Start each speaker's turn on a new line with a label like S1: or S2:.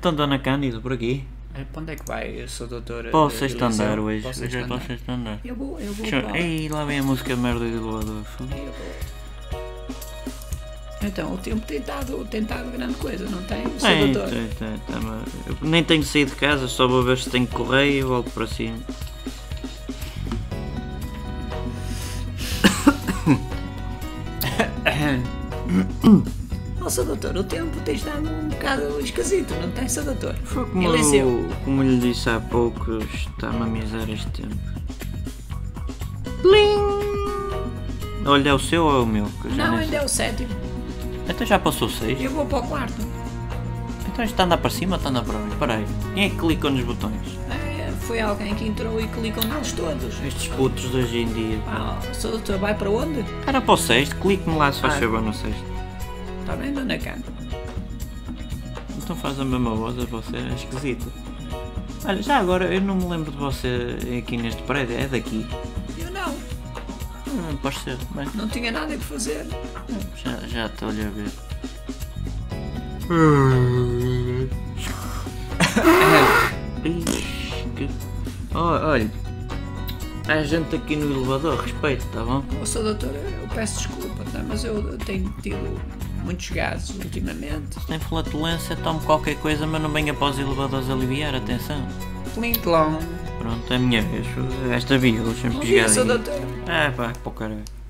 S1: Tantana Cândido Então, por aqui.
S2: É, Pra onde é que vai? Eu sou o doutor.
S1: Para o sexto
S2: Eliseu.
S1: andar hoje.
S2: Para o
S1: Hoje
S2: sexto
S1: é para o
S2: andar.
S1: sexto andar.
S2: Eu vou, eu vou.
S1: Deixa eu-
S2: para-
S1: Ei, lá vem a música merda de Luador.
S2: eu vou. Então, o tempo tem dado, tem dado grande coisa, não tem? Sou
S1: Tem,
S2: doutor.
S1: tem, tem, tem, tá, mas eu Nem tenho saído de casa, só vou ver se tenho correio e volto para cima.
S2: Oh, seu doutor, o tempo tem estado um bocado esquisito, não tem, seu doutor?
S1: Como,
S2: Eliseu.
S1: como lhe disse há pouco, está-me a miserar este tempo. Blim! Olha, é o seu ou é o meu? Que eu já
S2: Não,
S1: nem
S2: ainda é o sétimo.
S1: sei. Então já passou seis?
S2: Eu vou para o quarto.
S1: Então está a andar para cima ou está a andar para baixo? Espera aí. Quem é que clicou nos botões?
S2: É, foi alguém que entrou e clicou neles todos.
S1: Estes putos de hoje em dia.
S2: Ah, seu doutor, vai para onde?
S1: Era para o sexto, clique-me lá se faz
S2: Ah.
S1: favor no sexto.
S2: Está bem, dona Cana?
S1: Então faz a mesma voz a você, é esquisito. Olha, já agora, eu não me lembro de você aqui neste prédio, é daqui?
S2: Eu não,
S1: Hum, pode ser, bem,
S2: não tinha nada que fazer.
S1: já, já estou-lhe a ver. Ixi, que... Oh, olha, há gente aqui no elevador, respeito, tá bom?
S2: Oh, seu doutor, eu peço desculpa, tá? mas eu eu tenho tido muitos gases ultimamente.
S1: Tem flatulência, tome qualquer coisa, mas não venha para os elevadores aliviar, atenção.
S2: Plintlon.
S1: Pronto, é a minha vez, esta viola, sempre
S2: Bom dia, seu
S1: pegada.
S2: doutor.
S1: Ah, pá, que para o caralho.